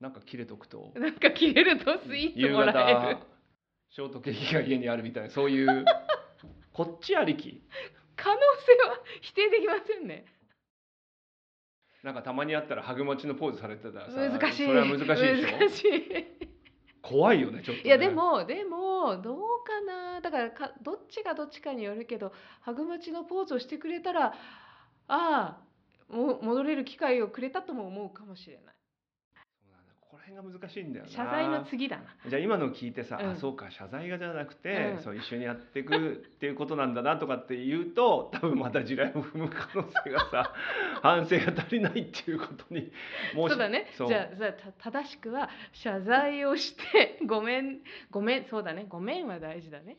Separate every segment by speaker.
Speaker 1: なんか切れとくと
Speaker 2: なんか切れるとスイーツ
Speaker 1: 夕
Speaker 2: もらえる
Speaker 1: 方ショートケーキが家にあるみたいなそういう こっちありき
Speaker 2: 可能性は否定できませんね
Speaker 1: なんかたまにあったらハグ待ちのポーズされてたらさ
Speaker 2: 難しい
Speaker 1: それは難しいでしょ
Speaker 2: 難しい
Speaker 1: 怖いよねちょっと、ね、
Speaker 2: いやでもでもどうかなだからかどっちがどっちかによるけどハグマチのポーズをしてくれたらああも戻れる機会をくれたとも思うかもしれない
Speaker 1: そうなんだここら辺が難しいんだよな
Speaker 2: 謝罪の次だな
Speaker 1: じゃあ今の聞いてさ、
Speaker 2: うん
Speaker 1: あそうか謝罪がじゃなくて、
Speaker 2: うん
Speaker 1: そう一緒にやっていくっていうことなんだなとかって言うと多分また地雷を踏む可能性がさ反省が足りないっていうことにも
Speaker 2: そうだね
Speaker 1: そう
Speaker 2: じゃあじゃあた正しくは謝罪をしてごめんごめんそうだねごめんは大事だね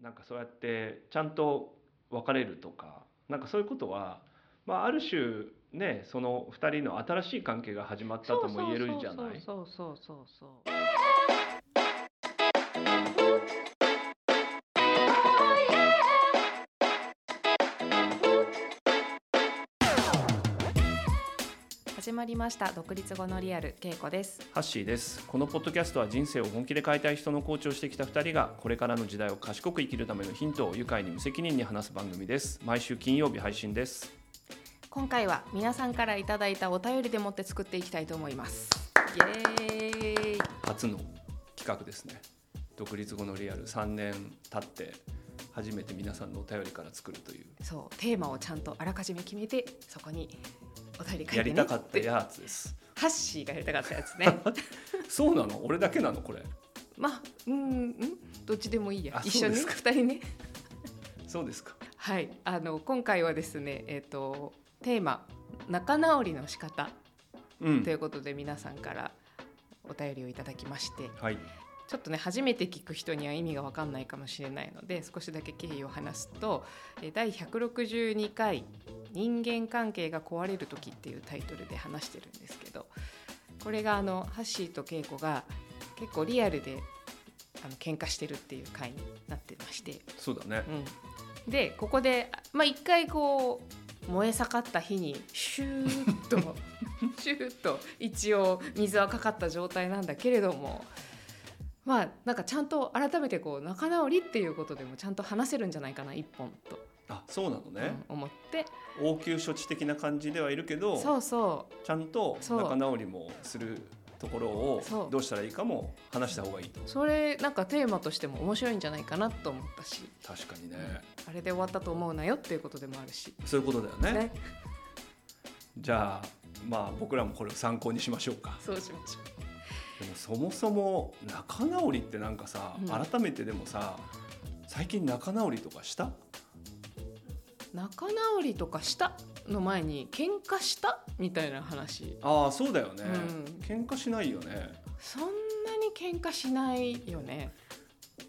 Speaker 1: なんかそうやってちゃんと別れるとかなんかそういうことは、まあ、ある種ねその2人の新しい関係が始まったとも言えるじゃない
Speaker 2: そうそうそうそうそう
Speaker 3: 始まりました独立後のリアルけいこです
Speaker 1: ハッシーですこのポッドキャストは人生を本気で変えたい人のコーチをしてきた2人がこれからの時代を賢く生きるためのヒントを愉快に無責任に話す番組です毎週金曜日配信です
Speaker 3: 今回は皆さんからいただいたお便りでもって作っていきたいと思いますイエーイ
Speaker 1: 初の企画ですね独立後のリアル3年経って初めて皆さんのお便りから作るという
Speaker 3: そうテーマをちゃんとあらかじめ決めてそこにお便り書いてね
Speaker 1: やりたかった
Speaker 3: て
Speaker 1: やつです
Speaker 3: ハッシーがやりたかったやつね
Speaker 1: そうなの俺だけなのこれ
Speaker 3: まあうんうんどっちでもいいや
Speaker 1: あ
Speaker 3: 一緒に
Speaker 1: そうです
Speaker 3: 二人ね
Speaker 1: そうですか
Speaker 3: はいあの今回はですねえっ、とテーマ仲直りの仕方
Speaker 1: うん
Speaker 3: ということで皆さんからお便りをいただきまして
Speaker 1: はい
Speaker 3: ちょっとね初めて聞く人には意味が分かんないかもしれないので少しだけ経緯を話すとえー第162回「人間関係が壊れる時」っていうタイトルで話してるんですけどこれがあのハッシーとケイコが結構リアルであの喧嘩してるっていう回になってまして、
Speaker 1: そうだね
Speaker 3: うん、でここでまあ、一回こう燃え盛った火にシューッとシューッと一応水はかかった状態なんだけれどもまあなんかちゃんと改めてこう仲直りっていうことでもちゃんと話せるんじゃないかな一本と、
Speaker 1: あそうなのね、
Speaker 3: うん思って
Speaker 1: 応急処置的な感じではいるけど
Speaker 3: そうそう
Speaker 1: ちゃんと
Speaker 3: そう
Speaker 1: 仲直りもするところ
Speaker 3: そ
Speaker 1: を
Speaker 3: う
Speaker 1: どうしたらいいかも話した方がいいと
Speaker 3: それなんかテーマとしても面白いんじゃないかなと思ったし
Speaker 1: 確かにね
Speaker 3: あれで終わったと思うなよっていうことでもあるし。
Speaker 1: そういうことだよね
Speaker 3: ね、
Speaker 1: じゃあまあ僕らもこれを参考にしましょうか
Speaker 3: そうしましょ
Speaker 1: でもそもそも仲直りってなんかさ、
Speaker 3: うん
Speaker 1: 改めてでもさ最近仲直りとかした
Speaker 3: う仲直りとかしたの前に喧嘩したみたいな話
Speaker 1: ああそうだよね、
Speaker 3: うん
Speaker 1: 喧嘩しないよね
Speaker 3: そんなに喧嘩しないよね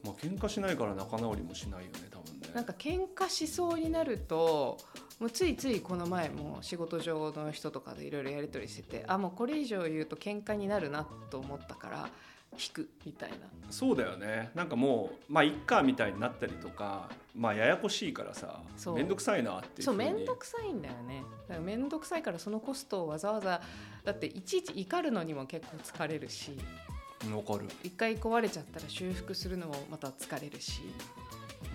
Speaker 1: まあ喧嘩しないから仲直りもしないよね多分ね
Speaker 3: なんか喧嘩しそうになるともうついついこの前も仕事上の人とかでいろいろやり取りしててあもうこれ以上言うと喧嘩になるなと思ったから引くみたいな
Speaker 1: そうだよねなんかもうまあいっかみたいになったりとかまあややこしいからさ
Speaker 3: そう
Speaker 1: 面倒くさいなっていう
Speaker 3: そう
Speaker 1: 風に
Speaker 3: 面倒くさいんだよねだから面倒くさいからそのコストをわざわざだっていちいち怒るのにも結構疲れるし
Speaker 1: うんわかる、
Speaker 3: 一回壊れちゃったら修復するのもまた疲れるし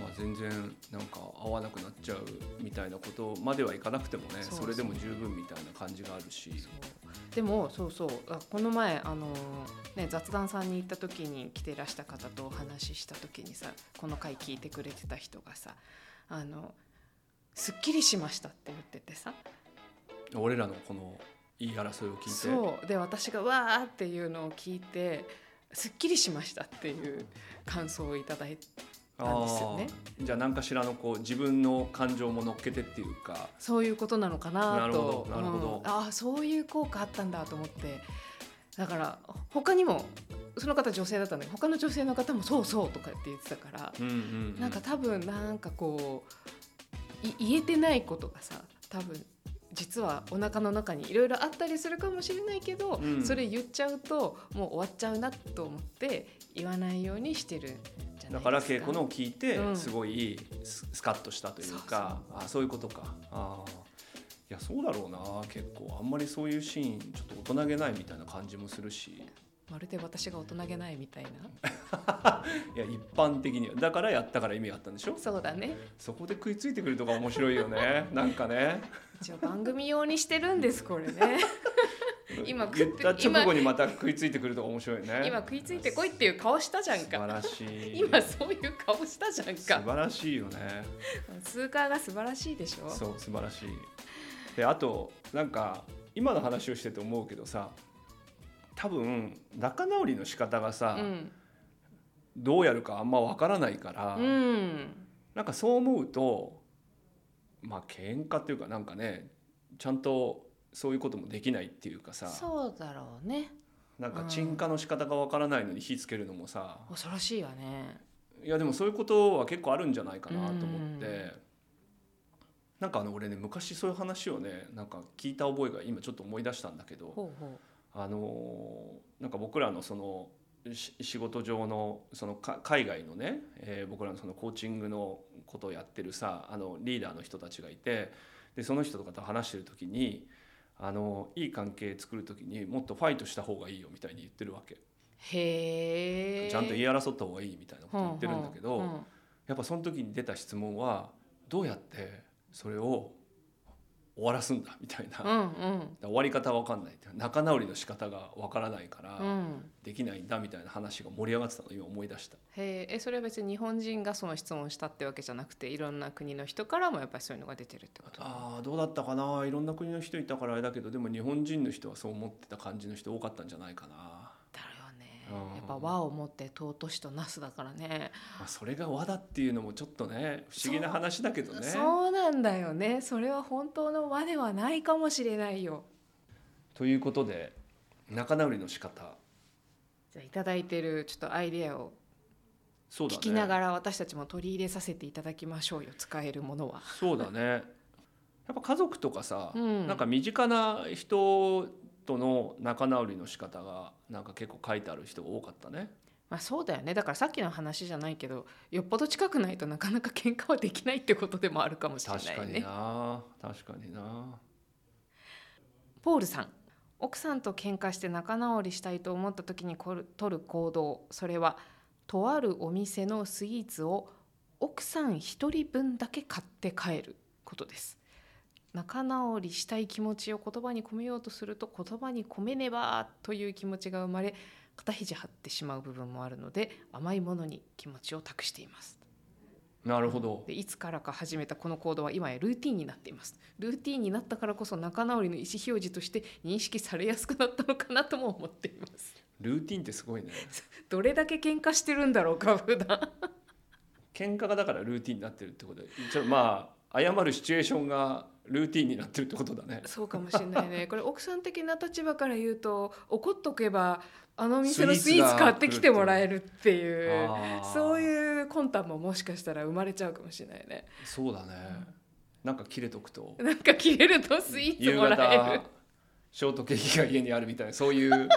Speaker 1: まあ、全然なんか合わなくなっちゃうみたいなことまではいかなくてもね
Speaker 3: そう
Speaker 1: そ
Speaker 3: そう
Speaker 1: れでも十分みたいな感じがあるし
Speaker 3: そうでもそうそうあこの前あの、ね、雑談さんに行った時に来てらした方とお話しした時にさこの回聞いてくれてた人がさ「あのすっきりしました」って言っててさ
Speaker 1: 俺らのこの言い争いを聞いて
Speaker 3: そうで私が「わー」っていうのを聞いて「すっきりしました」っていう感想をいただいてなんですよね
Speaker 1: あーじゃあ何かしらのこう自分の感情も乗っけてっていうか
Speaker 3: そういうことなのかな
Speaker 1: なる
Speaker 3: と
Speaker 1: ほどなるほど
Speaker 3: うんああそういう効果あったんだと思ってだから他にもその方女性だったんだけど他の女性の方も「そうそう」とかって言ってたから、
Speaker 1: うんうんうん
Speaker 3: なんか多分なんかこうい言えてないことがさ多分実はお腹の中にいろいろあったりするかもしれないけど、
Speaker 1: うん
Speaker 3: それ言っちゃうともう終わっちゃうなと思って言わないようにしてるんじゃないですか。
Speaker 1: だから稽古のを聞いて
Speaker 3: うん
Speaker 1: すごいススカッとしたというか、あそういうことかあーいやそうだろうな結構あんまりそういうシーンちょっと大人げないみたいな感じもするし
Speaker 3: まるで私が大人げないみたいな
Speaker 1: いや一般的にはだからやったから意味があったんでしょ
Speaker 3: そうだね
Speaker 1: そこで食いついてくるとか面白いよ ねなんかね
Speaker 3: 一応番組用にしてるんですこれ ね今食
Speaker 1: 言
Speaker 3: っ
Speaker 1: ってた直後にまた食いついてくるとか面白いね
Speaker 3: 今食いついてこいっていう顔したじゃん
Speaker 1: 素晴
Speaker 3: から
Speaker 1: しい
Speaker 3: 今そういう顔したじゃん
Speaker 1: 素
Speaker 3: か
Speaker 1: 晴らしいよね
Speaker 3: 通過が素晴らしいでしょ
Speaker 1: そう素晴らしいであとなんか今の話をしてて思うけどさ多分仲直りの仕方がさ、
Speaker 3: ん
Speaker 1: どうやるかあんまわからないから、
Speaker 3: うん
Speaker 1: なんかそう思うとまあ喧嘩っていうかなんかねちゃんとそういうこともできないっていうかさ
Speaker 3: そうだろうね
Speaker 1: なんか沈下の仕方がわからないのに火つけるのもさ、
Speaker 3: 恐ろしいわね
Speaker 1: いやでもそういうことは結構あるんじゃないかなと思って、
Speaker 3: うん
Speaker 1: なんかあの俺ね昔そういう話をねなんか聞いた覚えが今ちょっと思い出したんだけど
Speaker 3: ほうほ
Speaker 1: あのーなんか僕らのそのし仕事上のそのか海外のね、えー僕らのそのコーチングのことをやってるさあのリーダーの人たちがいてでその人とかと話してる時にあのいい関係作る時にもっとファイトした方がいいよみたいに言ってるわけ、
Speaker 3: うへえ
Speaker 1: ちゃんと言い
Speaker 3: や
Speaker 1: 争った方がいいみたいなこと言ってるんだけど。やっぱその時に出た質問はどうやってそれを終わらすんだみたいな、だ
Speaker 3: う
Speaker 1: か
Speaker 3: んうん
Speaker 1: ら終わり方わかんないって仲直りの仕方がわからないから
Speaker 3: うん
Speaker 1: できないんだみたいな話が盛り上がってたの今思い出した
Speaker 3: へーえそれは別に日本人がその質問をしたってわけじゃなくていろんな国の人からもやっぱりそういうのが出てるってこと
Speaker 1: あーどうだったかないろんな国の人いたからあれだけどでも日本人の人はそう思ってた感じの人多かったんじゃないかな、
Speaker 3: だよ
Speaker 1: うん
Speaker 3: ねやっぱ和を持って尊しとなすだからね
Speaker 1: まあ、それが和だっていうのもちょっとね不思議な話だけどね
Speaker 3: そうなんだよねそれは本当の和ではないかもしれないよ
Speaker 1: ということで仲直りの仕方
Speaker 3: じゃあいただいてるちょっとアイデアを
Speaker 1: そうだね
Speaker 3: 聞きながら私たちも取り入れさせていただきましょうよ使えるものは。
Speaker 1: そうだね。やっぱ家族とかさ、
Speaker 3: うん
Speaker 1: なんか身近な人との仲直りの仕方がなんか結構書いてある人が多かったね。
Speaker 3: まあそうだよねだからさっきの話じゃないけどよっぽど近くないとなかなか喧嘩はできないってことでもあるかもしれ
Speaker 1: 確か
Speaker 3: ない
Speaker 1: に
Speaker 3: ね。
Speaker 1: な、確かにな。
Speaker 3: ポールさん奥さんと喧嘩して仲直りしたいと思った時にこる取る行動それはとあるお店のスイーツを奥さん一人分だけ買って帰ることです仲直りしたい気持ちを言葉に込めようとすると言葉に込めねばという気持ちが生まれ肩肘張ってしまう部分もあるので甘いものに気持ちを託しています
Speaker 1: なるほど。
Speaker 3: でいつからか始めたこの行動は今やルーティンになっていますルーティンになったからこそ仲直りの意思表示として認識されやすくなったのかなとも思っています
Speaker 1: ルーティンってすごいね。
Speaker 3: どれだけ喧嘩してるんだろうか普段
Speaker 1: 喧嘩がだからルーティンになってるってことで、ちょまあ謝るシチュエーションがルーティンになってるってことだね。
Speaker 3: そうかもしれない ねこれ奥さん的な立場から言うと怒っとけばあの店のスイーツ買ってきてもらえるっていう
Speaker 1: あー
Speaker 3: そういう魂胆ももしかしたら生まれちゃうかもしれないね
Speaker 1: そうだね。なんか切れとくと
Speaker 3: なんか切れるとスイーツ
Speaker 1: 夕
Speaker 3: もらえる
Speaker 1: 方ショートケーキが家にあるみたいなそういう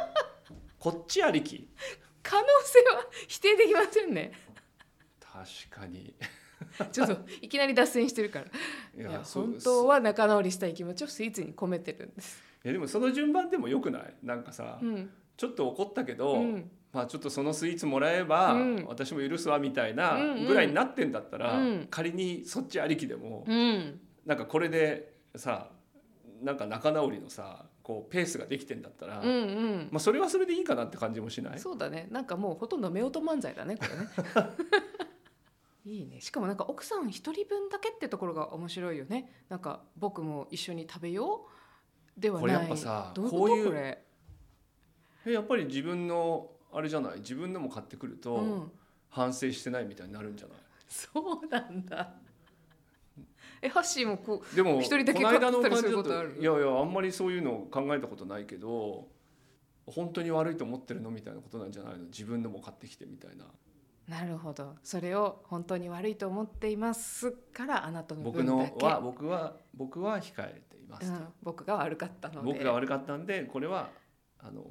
Speaker 1: こっちありき。
Speaker 3: 可能性は否定できませんね
Speaker 1: 確かに
Speaker 3: ちょっといきなり脱線してるから
Speaker 1: い
Speaker 3: いや
Speaker 1: そう
Speaker 3: 本当は仲直りしたい気持ちをスイーツに込めてるんです。
Speaker 1: いやでもその順番でもよくないなんかさ、
Speaker 3: うん、
Speaker 1: ちょっと怒ったけど、
Speaker 3: うん、
Speaker 1: まあちょっとそのスイーツもらえば、
Speaker 3: うん
Speaker 1: 私も許すわみたいな
Speaker 3: うんうん
Speaker 1: ぐらいになってんだったら、
Speaker 3: うん
Speaker 1: 仮にそっちありきでも、
Speaker 3: うん、
Speaker 1: なんかこれでさなんか仲直りのさこうペースができてんだったら、
Speaker 3: うん、うん。
Speaker 1: まあそれはそれでいいかなって感じもしない
Speaker 3: そうだね。なんかもうほとんど夫婦漫才だね、これね。 いいね。しかもなんか奥さん一人分だけってところが面白いよね。なんか僕も一緒に食べようではない。
Speaker 1: これやっぱさ
Speaker 3: どういうこ
Speaker 1: ことういう
Speaker 3: これ。
Speaker 1: えやっぱり自分のあれじゃない自分のも買ってくると、
Speaker 3: うん、
Speaker 1: 反省してないみたいになるんじゃない
Speaker 3: そうなんだ。え、ハッシーもこう。
Speaker 1: でも
Speaker 3: 一人だけ
Speaker 1: この間の
Speaker 3: 買ってたり
Speaker 1: 感じ
Speaker 3: する
Speaker 1: だ
Speaker 3: こととある
Speaker 1: いやいやあんまりそういうの考えたことないけど本当に悪いと思ってるのみたいなことなんじゃないの自分のも買ってきてみたいな
Speaker 3: なるほど。それを本当に悪いと思っていますから、あなたの
Speaker 1: 僕
Speaker 3: 分だ
Speaker 1: の
Speaker 3: け。
Speaker 1: は僕は僕は控えていま
Speaker 3: う
Speaker 1: すと、
Speaker 3: ん、僕が悪かったので
Speaker 1: 僕が悪かったんでこれはあの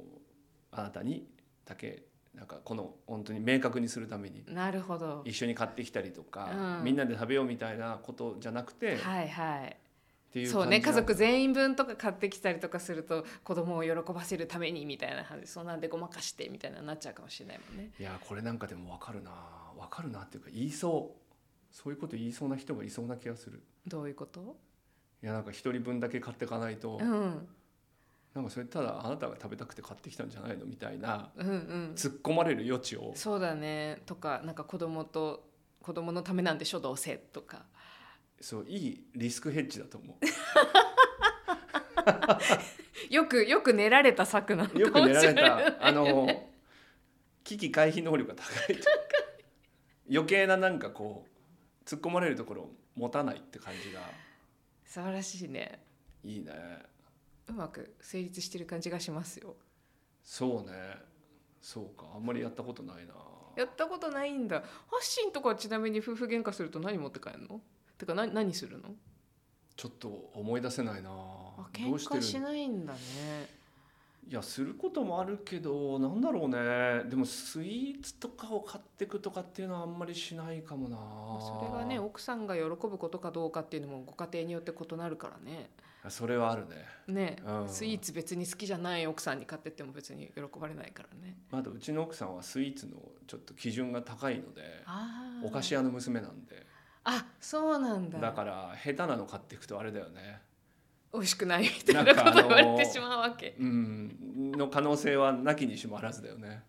Speaker 1: あなたにだけなんかこの本当に明確にするために
Speaker 3: なるほど
Speaker 1: 一緒に買ってきたりとか、
Speaker 3: うん
Speaker 1: みんなで食べようみたいなことじゃなくて、
Speaker 3: はいはい
Speaker 1: ていう感じ
Speaker 3: そうね
Speaker 1: な
Speaker 3: 家
Speaker 1: んだ
Speaker 3: 族全員分とか買ってきたりとかすると子供を喜ばせるためにみたいな感じそんなんでごまかしてみたいななっちゃうかもしれないもんね。
Speaker 1: いやこれなんかでも分かるな分かるなっていうか言いそうそういうこと言いそうな人がいそうな気がする
Speaker 3: どういうこと？
Speaker 1: いやなんか一人分だけ買っていかないと、
Speaker 3: うん
Speaker 1: なんかそれただあなたが食べたくて買ってきたんじゃないのみたいな
Speaker 3: うんうん。
Speaker 1: 突っ込まれる余地を
Speaker 3: そうだねとかなんか子供と子供のためなんでしょどうせとか
Speaker 1: そういいリスクヘッジだと 思
Speaker 3: よくよく練られた策なのか
Speaker 1: う
Speaker 3: もし
Speaker 1: よく
Speaker 3: れない
Speaker 1: 寝られたあの危機回避能力が高いと余計ななんかこう突っ込まれるところを持たないって感じが
Speaker 3: 素晴らしいね
Speaker 1: いいね
Speaker 3: うまく成立してる感じがしますよ
Speaker 1: そうねそうかあんまりやったことないな
Speaker 3: やったことないんだハッシンとかはちなみに夫婦喧嘩すると何持って帰るのてか何何するの
Speaker 1: ちょっと思い出せないな
Speaker 3: あ喧
Speaker 1: どうして
Speaker 3: 嘩
Speaker 1: る
Speaker 3: し
Speaker 1: ん
Speaker 3: ないんだね
Speaker 1: いやすることもあるけどなんだろうねでもスイーツとかを買ってくとかっていうのはあんまりしないかもな
Speaker 3: それがね奥さんが喜ぶことかどうかっていうのもご家庭によって異なるからね
Speaker 1: それはあるね、
Speaker 3: ね
Speaker 1: うん、
Speaker 3: スイーツ別に好きじゃない奥さんに買ってっても別に喜ばれないからね
Speaker 1: まだうちの奥さんはスイーツのちょっと基準が高いので
Speaker 3: あー
Speaker 1: お菓子屋の娘なんで
Speaker 3: あそうなんだ
Speaker 1: だから下手なの買っていくとあれだよね
Speaker 3: 美味しくないみたいなこ
Speaker 1: な
Speaker 3: と
Speaker 1: ん
Speaker 3: 言
Speaker 1: か
Speaker 3: わ
Speaker 1: あ
Speaker 3: れ
Speaker 1: の
Speaker 3: てしまうわけ
Speaker 1: うんの可能性はなきにしもあらずだよね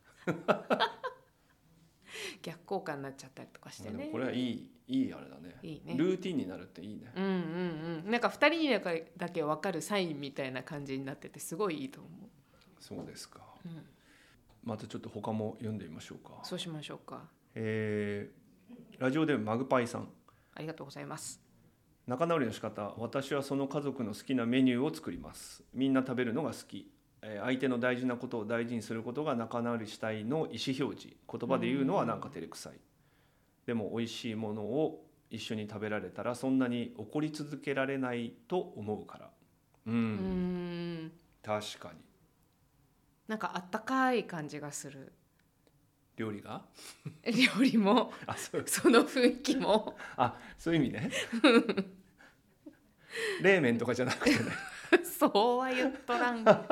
Speaker 3: 逆効果になっちゃったりとかして
Speaker 1: まあで
Speaker 3: ね
Speaker 1: もこれはいいいいあれだね
Speaker 3: いいね
Speaker 1: ルーティンになるっていいね
Speaker 3: うんうんうんなんか2人にだけだけ分かるサインみたいな感じになっててすごいいいと思
Speaker 1: そうですか
Speaker 3: う、うん、
Speaker 1: またちょっと他も読んでみましょうか
Speaker 3: そうしましょうか
Speaker 1: えーラジオでマグパイさん
Speaker 3: ありがとうございます
Speaker 1: 仲直りの仕方私はその家族の好きなメニューを作りますみんな食べるのが好き、えー相手の大事なことを大事にすることが仲直りしたいの意思表示言葉で言うのはなんか照れくさいでも美味しいものを一緒に食べられたらそんなに怒り続けられないと思うからうん、
Speaker 3: うーん
Speaker 1: 確かに
Speaker 3: なんかあったかい感じがする
Speaker 1: 料理が
Speaker 3: 料理も
Speaker 1: あそう
Speaker 3: その雰囲気も
Speaker 1: あそういう意味 ね冷麺とかじゃなくてね
Speaker 3: そうは言っ とらんま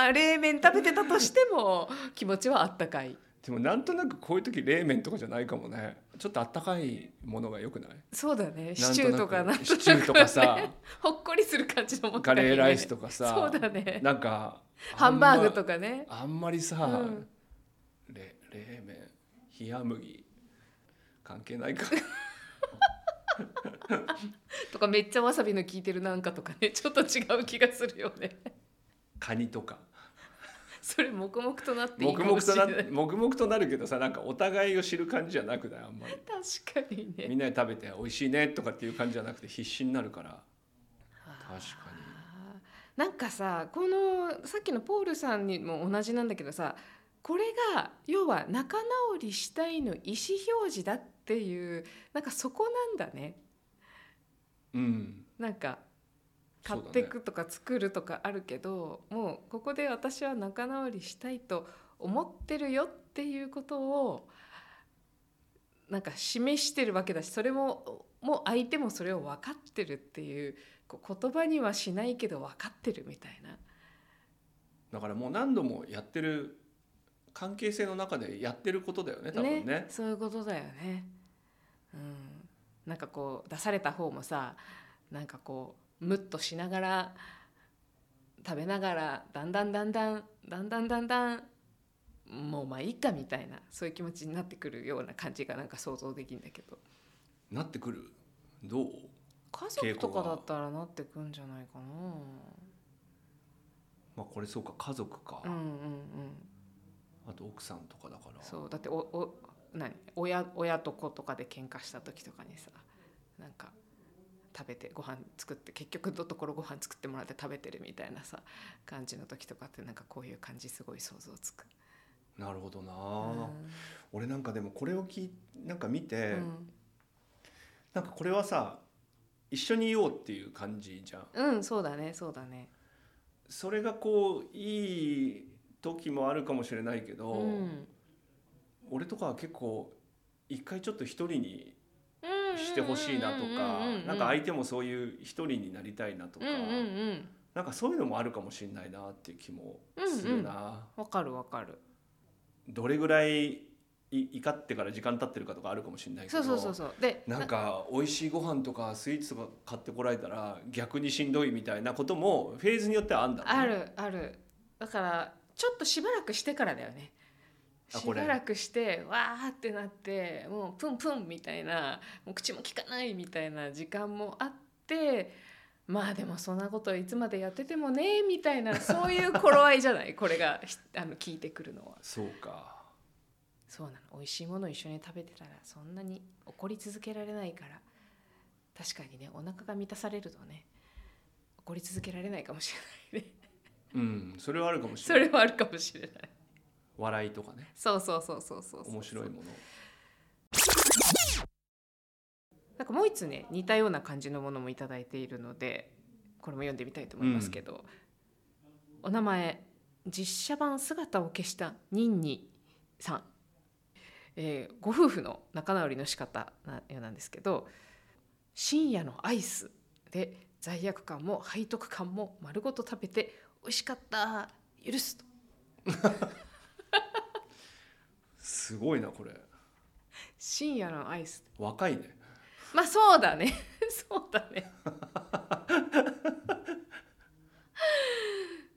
Speaker 3: あ冷麺食べてたとしても気持ちはあったかい
Speaker 1: でもなんとなくこういう時冷麺とかじゃないかもねちょっとあったかいものがよくない
Speaker 3: そうだね
Speaker 1: な
Speaker 3: シ
Speaker 1: ん
Speaker 3: チ
Speaker 1: と
Speaker 3: ュー
Speaker 1: な
Speaker 3: と
Speaker 1: く
Speaker 3: かなんとなく、ね、
Speaker 1: シチューとかさ
Speaker 3: ほっこりする感じのもの
Speaker 1: カレーライス
Speaker 3: と
Speaker 1: とかさ
Speaker 3: そうだね
Speaker 1: なんか
Speaker 3: ハンバーグと
Speaker 1: か
Speaker 3: かね
Speaker 1: あんまりさ、
Speaker 3: うん
Speaker 1: れ冷麺冷麦関係 ないか
Speaker 3: とかめっちゃわさびの効いてるなんかとかね ちょっと違う気がするよね
Speaker 1: カニとか
Speaker 3: それ黙々となっていい
Speaker 1: 黙
Speaker 3: かも
Speaker 1: 々
Speaker 3: しれ
Speaker 1: と
Speaker 3: な
Speaker 1: ない黙々となるけどさなんかお互いを知る感じじゃなくないあんまり
Speaker 3: 確かに
Speaker 1: み
Speaker 3: ね
Speaker 1: んなで食べて美味しいねとかっていう感じじゃなくて必死になるから確かに
Speaker 3: あーなんかさこのさっきのポールさんにも同じなんだけどさこれが要は仲直りしたいの意思表示だっていうなんかそこなんだね
Speaker 1: うん
Speaker 3: なんか
Speaker 1: そ
Speaker 3: 買
Speaker 1: う
Speaker 3: っ
Speaker 1: だね
Speaker 3: ていくとか作るとかあるけど、もうここで私は仲直りしたいと思ってるよっていうことをなんか示してるわけだしそれももう相手もそれを分かってるっていうこう言葉にはしないけど分かってるみたいな
Speaker 1: だからもう何度もやってる関係性の中でやってることだよね多分ね
Speaker 3: そういうことだよね。うん、なんかこう出された方もさなんかこうムッとしながら食べながらだんだんだんだんだんだんだんだんもうまあいいかみたいなそういう気持ちになってくるような感じがなんか想像できるんだけど
Speaker 1: なってくるどう
Speaker 3: 家族と
Speaker 1: 傾向
Speaker 3: か
Speaker 1: が
Speaker 3: だったらなってくんじゃないかな。
Speaker 1: まあこれそうか家族か、
Speaker 3: うんうんうん
Speaker 1: あと奥さんとかだから
Speaker 3: そうだっておお何親親と子とかで喧嘩した時とかにさなんか食べてご飯作って結局のところご飯作ってもらって食べてるみたいなさ感じの時とかってなんかこういう感じすごい想像つく。
Speaker 1: なるほどな、
Speaker 3: うん
Speaker 1: 俺なんかでもこれを聞いなんか見て、
Speaker 3: うん
Speaker 1: なんかこれはさ一緒にいようっていう感じじゃん
Speaker 3: うん、そうだねそうだね。
Speaker 1: それがこういい時もあるかもしれないけ
Speaker 3: う
Speaker 1: ど、
Speaker 3: ん、
Speaker 1: 俺とかは結構一回ちょっと一人に
Speaker 3: うん
Speaker 1: してほしいなと
Speaker 3: うんうんうんうんうんう
Speaker 1: か
Speaker 3: ん
Speaker 1: なんか相手もそういう一人になりたいなとか、
Speaker 3: うんうんうん
Speaker 1: なんかそういうのもあるかもしれないなっていう気もするな。
Speaker 3: わかるわかる
Speaker 1: どれぐらいい怒ってから時間経ってるかとかあるかもしれないけ
Speaker 3: そ
Speaker 1: ど
Speaker 3: うそうそうそうで
Speaker 1: なんか美味しいご飯とかスイーツとか買ってこられたら逆にしんどいみたいなこともフェーズによってはあんだろうね
Speaker 3: あるあるだからちょっとしばらくしてからだよね
Speaker 1: あ
Speaker 3: し
Speaker 1: これ
Speaker 3: ばらくしてわーってなってもうプンプンみたいなもう口も利かないみたいな時間もあってまあでもそんなこといつまでやっててもねみたいなそういう頃合いじゃな いこれがひあの聞いてくるのは
Speaker 1: そうか
Speaker 3: そうなの美味しいものを一緒に食べてたらそんなに怒り続けられないから確かにねお腹が満たされるとね怒り続けられないかもしれないね
Speaker 1: うんそれはあるかもし
Speaker 3: そ
Speaker 1: れない
Speaker 3: れはあるかもしれない
Speaker 1: 笑いとかね
Speaker 3: そうそうそうそうそうそう
Speaker 1: 面白いもの
Speaker 3: なんかもう一つね似たような感じのものもいただいているのでこれも読んでみたいと思いますけど、お名前実写版姿を消したニンニさん、えーご夫婦の仲直りの仕方なようなんですけど深夜のアイスで罪悪感も背徳感も丸ごと食べて美味しかった許すと
Speaker 1: すごいなこれ
Speaker 3: 深夜のアイス
Speaker 1: 若いね
Speaker 3: まあそうだね そうだね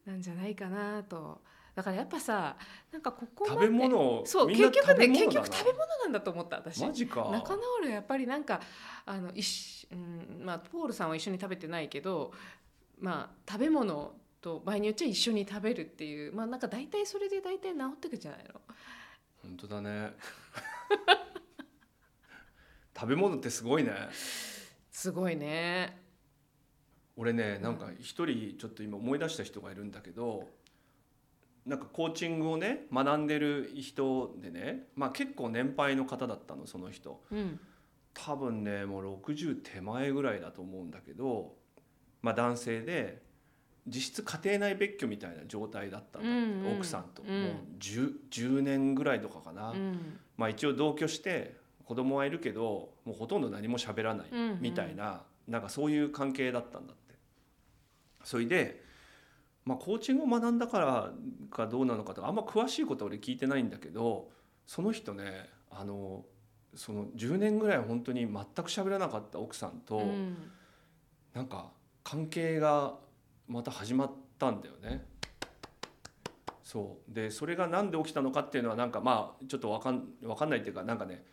Speaker 3: なんじゃないかなとだからやっぱさなんかここま
Speaker 1: 食
Speaker 3: で
Speaker 1: べ物を
Speaker 3: そう
Speaker 1: みんな
Speaker 3: 結局ね結
Speaker 1: 物だな
Speaker 3: 局食べ物なんだと思った私
Speaker 1: マジか
Speaker 3: 仲直りはやっぱりなんかあの一緒うんまあ、ポールさんは一緒に食べてないけど、まあ、食べ物と場合によっちゃ一緒に食べるっていうまあなんか大体それで大体治ってくじゃないの
Speaker 1: 本当だね 食べ物ってすごいね
Speaker 3: すごいね
Speaker 1: 俺ねなんか一人ちょっと今思い出した人がいるんだけどなんかコーチングをね学んでる人でね、まあ、結構年配の方だったのその人
Speaker 3: うん
Speaker 1: 多分ねもう60手前ぐらいだと思うんだけど、まあ、男性で実質家庭内別居みたいな状態だったんだって、
Speaker 3: うんうん
Speaker 1: 奥さんと、
Speaker 3: うん
Speaker 1: もう 10, 10年ぐらいとかかな、
Speaker 3: うん
Speaker 1: まあ、一応同居して子供はいるけどもうほとんど何も喋らない
Speaker 3: うんうん
Speaker 1: みたいな,、なんかそういう関係だったんだって。それで、まあ、コーチングを学んだからかどうなのかとかあんま詳しいことは俺聞いてないんだけどその人ねあのその10年ぐらい本当に全く喋らなかった奥さんと、
Speaker 3: うん
Speaker 1: なんか関係がまた始まったんだよね。そうでそれが何で起きたのかっていうのはなんかまあちょっとわかんわかんないっていうかなんかね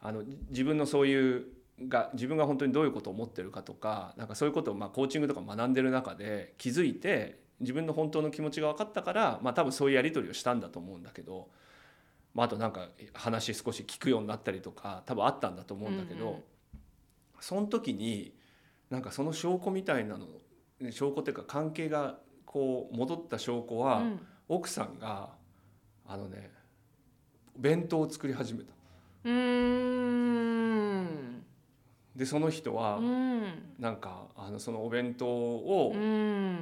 Speaker 1: あのじ自分のそういうが自分が本当にどういうことを思ってるかとかなんかそういうことをまあコーチングとか学んでる中で気づいて自分の本当の気持ちが分かったから、まあ、多分そういうやり取りをしたんだと思うんだけど、まあ、あとなんか話少し聞くようになったりとか多分あったんだと思うんだけど、
Speaker 3: うんうん
Speaker 1: その時になんかその証拠みたいなの証拠っていうか関係がこう戻った証拠は、
Speaker 3: うん
Speaker 1: 奥さんがあのね弁当を作り始めた
Speaker 3: うーん。
Speaker 1: でその人は
Speaker 3: うん。
Speaker 1: なんかあのそのお弁当を
Speaker 3: うん。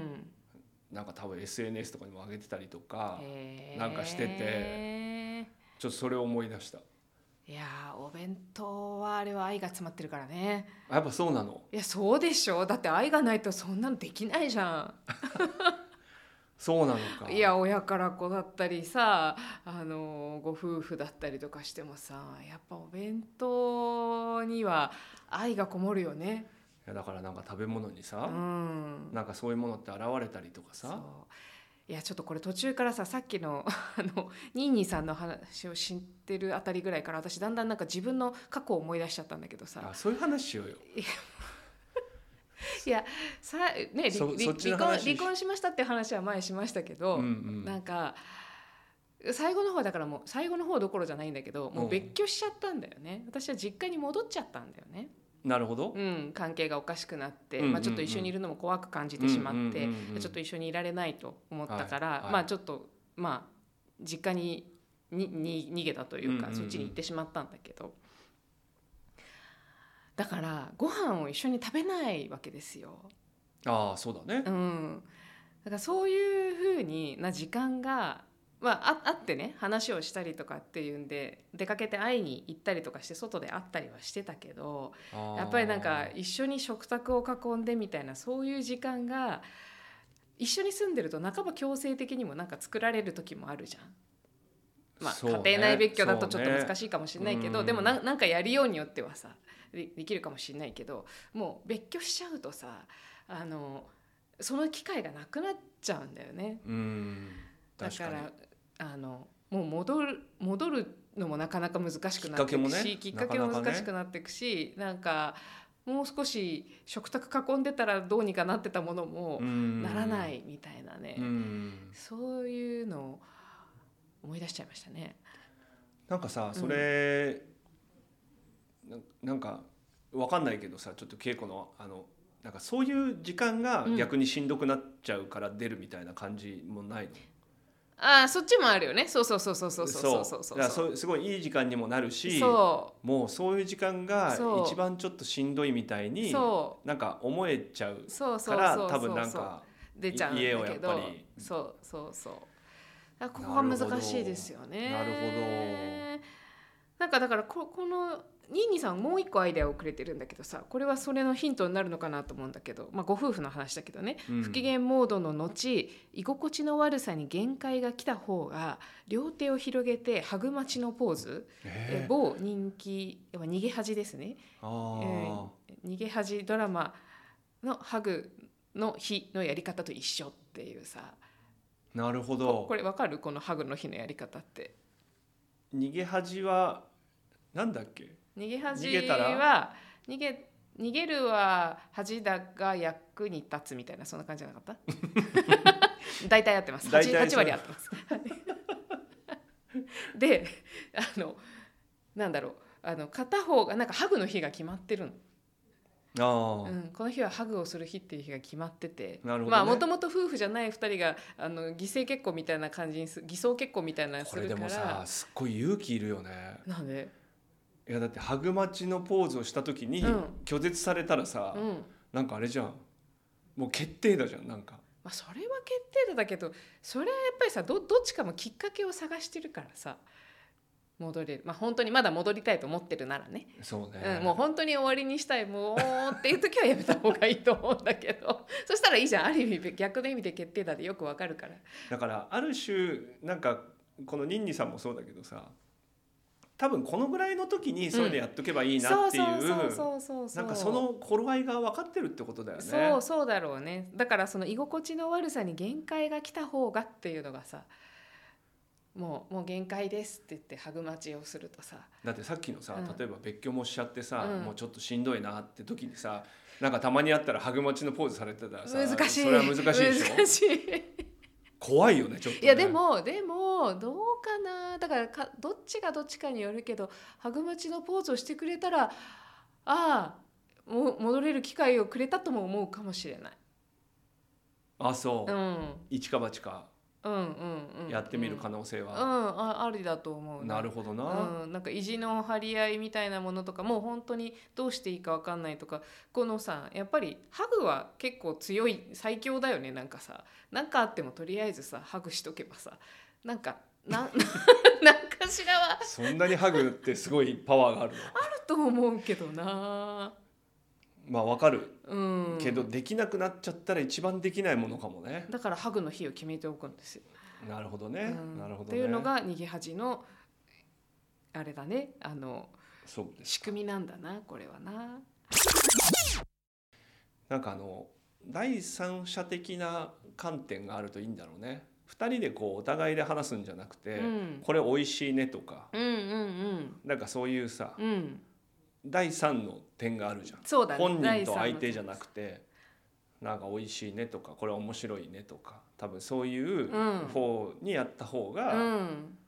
Speaker 1: なんか多分 SNS とかにも上げてたりとか
Speaker 3: へー
Speaker 1: なんかしてて。ちょっとそれを思い出した
Speaker 3: いやーお弁当はあれは愛が詰まってるからね
Speaker 1: あやっぱそうなの
Speaker 3: いやそうでしょだって愛がないとそんなのできないじゃ
Speaker 1: そうなのか
Speaker 3: んいや親から子だったりさあのーご夫婦だったりとかしてもさやっぱお弁当には愛がこもるよね
Speaker 1: いやだからなんか食べ物に
Speaker 3: う
Speaker 1: さ、
Speaker 3: ん
Speaker 1: なんかそういうものって現れたりとかさ
Speaker 3: そういやちょっとこれ途中からささっきの あのニーニーさんの話を知ってるあたりぐらいから私だんだんなんか自分の過去を思い出しちゃったんだけど
Speaker 1: あ
Speaker 3: さ
Speaker 1: そういう話しようよ
Speaker 3: いやさ、ね、
Speaker 1: そ
Speaker 3: 離
Speaker 1: そっちの
Speaker 3: 離婚
Speaker 1: 話
Speaker 3: 離婚しましたって話は前しましたけど、
Speaker 1: うんうん
Speaker 3: なんか最後の方だからもう最後の方どころじゃないんだけどもう別居しちゃったんだよね私は実家に戻っちゃったんだよね、
Speaker 1: なるほど、
Speaker 3: うん、関係がおかしくなって、
Speaker 1: うんうんうん
Speaker 3: まあ、ちょっと一緒にいるのも怖く感じてしまって、
Speaker 1: うんうんうんうん
Speaker 3: ちょっと一緒にいられないと思ったから、
Speaker 1: はいはい
Speaker 3: まあちょっとまあ実家ににに逃げたというか、
Speaker 1: うんうんうん
Speaker 3: そっちに行ってしまったんだけどだからご飯を一緒に食べないわけですよ。
Speaker 1: ああそうだね
Speaker 3: う、ん、だからそういうふうにな時間がまあ、あ会ってね話をしたりとかっていうんで出かけて会いに行ったりとかして外で会ったりはしてたけどやっぱりなんか一緒に食卓を囲んでみたいなそういう時間が一緒に住んでると半ば強制的にもなんか作られる時もあるじゃん。まあ
Speaker 1: そうね
Speaker 3: 家庭内別居だとちょっと
Speaker 1: そうね
Speaker 3: 難しいかもしれないけど、
Speaker 1: うん
Speaker 3: でもななんかやるようによってはさでできるかもしれないけどもう別居しちゃうとさあのその機会がなくなっちゃうんだよね。
Speaker 1: うん
Speaker 3: だ
Speaker 1: 確
Speaker 3: か
Speaker 1: からら
Speaker 3: あのもう戻る戻るのもなかなか難しくなっていくしき
Speaker 1: きっかけもね
Speaker 3: っ
Speaker 1: なか
Speaker 3: かけも
Speaker 1: なか
Speaker 3: 難
Speaker 1: ね
Speaker 3: しくなっていくしなんかもう少し食卓囲んでたらどうにかなってたものもならな、いみたいなね、
Speaker 1: うんうん
Speaker 3: そういうのを思い出しちゃいましたね。
Speaker 1: なんかさそれ、ななんかわかんないけどさちょっと稽古のあのなんかそういう時間が
Speaker 3: うん
Speaker 1: 逆にしんどくなっちゃうから出るみたいな感じもないの、
Speaker 3: ああそっちもあるよねそうそうそうそうそうそうそう
Speaker 1: だからそうすごいいい時間にもなるし
Speaker 3: そ
Speaker 1: もうそういう時間が
Speaker 3: そう
Speaker 1: 一番ちょっとしんどいみたいうに
Speaker 3: そ
Speaker 1: なんか思えちゃう
Speaker 3: うそうそう
Speaker 1: から
Speaker 3: そう
Speaker 1: 多分なん
Speaker 3: そう
Speaker 1: か
Speaker 3: 出ちゃうんだ
Speaker 1: 家をや
Speaker 3: け
Speaker 1: っぱ
Speaker 3: ど
Speaker 1: り
Speaker 3: そうそうそうあここが難しいですよね
Speaker 1: なるほ
Speaker 3: なんかだからここのニーニーさんもう一個アイデアをくれてるんだけどさこれはそれのヒントになるのかなと思うんだけど、まあ、ご夫婦の話だけどね、
Speaker 1: うん
Speaker 3: 不機嫌モードの後居心地の悪さに限界が来た方が両手を広げてハグ待ちのポーズ、え
Speaker 1: えー
Speaker 3: 某人気要は逃げ恥ですね
Speaker 1: あー
Speaker 3: 逃げ恥ドラマのハグの日のやり方と一緒っていうさ
Speaker 1: なるほ
Speaker 3: こ
Speaker 1: ど
Speaker 3: これわかるこのハグの日のやり方って
Speaker 1: 逃げ恥はなんだっけ
Speaker 3: 逃げ恥
Speaker 1: 逃げた
Speaker 3: は逃げ逃げるは恥だが役に立つみたいなそんな感じじゃなかった 大体合ってます 8,
Speaker 1: 大体そう
Speaker 3: 割合ってます であのなんだろうあの片方がなんかハグの日が決まってるの
Speaker 1: あー、
Speaker 3: うん、この日はハグをする日っていう日が決まってて
Speaker 1: なるほどね
Speaker 3: まあもともと夫婦じゃない2人があの偽性結婚みたいな感じにす偽装結婚みたいなのす
Speaker 1: これ
Speaker 3: る
Speaker 1: で
Speaker 3: か
Speaker 1: もさ
Speaker 3: ら
Speaker 1: すっごい勇気いるよね
Speaker 3: なんで、
Speaker 1: いやだってハグマチのポーズをした時に
Speaker 3: うん
Speaker 1: 拒絶されたらさ、
Speaker 3: うん
Speaker 1: なんかあれじゃんもう決定だじゃんなんか
Speaker 3: まあ、それは決定打だけどそれはやっぱりさどどっちかもきっかけを探してるからさ戻れるまあ本当にまだ戻りたいと思ってるならね、
Speaker 1: そうね、
Speaker 3: うん、もう本当に終わりにしたいもうっていう時はやめた方がいいと思うんだけど そしたらいいじゃんある意味逆の意味で決定打でよくわかるから。
Speaker 1: だからある種なんかこのニンニさんもそうだけどさ多分このぐらいの時にそれでやっとけばいいなっていう、
Speaker 3: そうそうそうそうそう
Speaker 1: なんかその頃合いが分かってるってことだよね
Speaker 3: そうそうだろうねだからその居心地の悪さに限界が来た方がっていうのがさもうもう限界ですって言ってハグ待ちをするとさ
Speaker 1: だってさっきのさ、
Speaker 3: うん
Speaker 1: 例えば別居もしちゃってさ、
Speaker 3: うん
Speaker 1: もうちょっとしんどいなって時にさなんかたまにあったらハグ待ちのポーズされてたらさ
Speaker 3: 難しい
Speaker 1: それは難しいでしょ
Speaker 3: 難しい
Speaker 1: 怖いよねちょっと、ね、
Speaker 2: いやでもでもどうかなだからかどっちがどっちかによるけどハグ待ちのポーズをしてくれたらああも戻れる機会をくれたとも思うかもしれない。
Speaker 1: あそうう、
Speaker 3: ん
Speaker 1: 一か八か
Speaker 3: うんうんうん
Speaker 1: やってみる可
Speaker 3: な
Speaker 1: 能性
Speaker 3: うん
Speaker 1: は、
Speaker 3: あありだと思う
Speaker 1: なるほどな、
Speaker 3: うん、なんか意地の張り合いみたいなものとかもう本当にどうしていいかわかんないとかこのさやっぱりハグは結構強い最強だよねなんかさなんかあってもとりあえずさハグしとけばさなんかな なんかしらはあ
Speaker 1: そんなにハグってすごいパワーがあるの
Speaker 3: ると思うけどな
Speaker 1: まあわかる
Speaker 3: うん
Speaker 1: けど、できなくなっちゃったら一番できないものかもね
Speaker 3: だからハグの日を決めておくんですよ。
Speaker 1: なるほどね、
Speaker 3: うん
Speaker 1: なるほどね
Speaker 3: っていうのが逃げ恥のあれだねあの
Speaker 1: そうです
Speaker 3: 仕組みなんだなこれはな。
Speaker 1: なんかあの第三者的な観点があるといいんだろうね二人でこうお互いで話すんじゃなくて、
Speaker 3: うん
Speaker 1: これ美味しいねとか
Speaker 3: うんうん
Speaker 1: なんかそういうさ、
Speaker 3: うんうん
Speaker 1: 第三の点があるじゃん、
Speaker 3: そうだね
Speaker 1: 本
Speaker 3: 第
Speaker 1: 人
Speaker 3: 三
Speaker 1: と
Speaker 3: の
Speaker 1: 相手じゃなくてなんか美味しいねとかこれ面白いねとか多分そういう
Speaker 3: うん
Speaker 1: 方にやった方が、
Speaker 3: うん、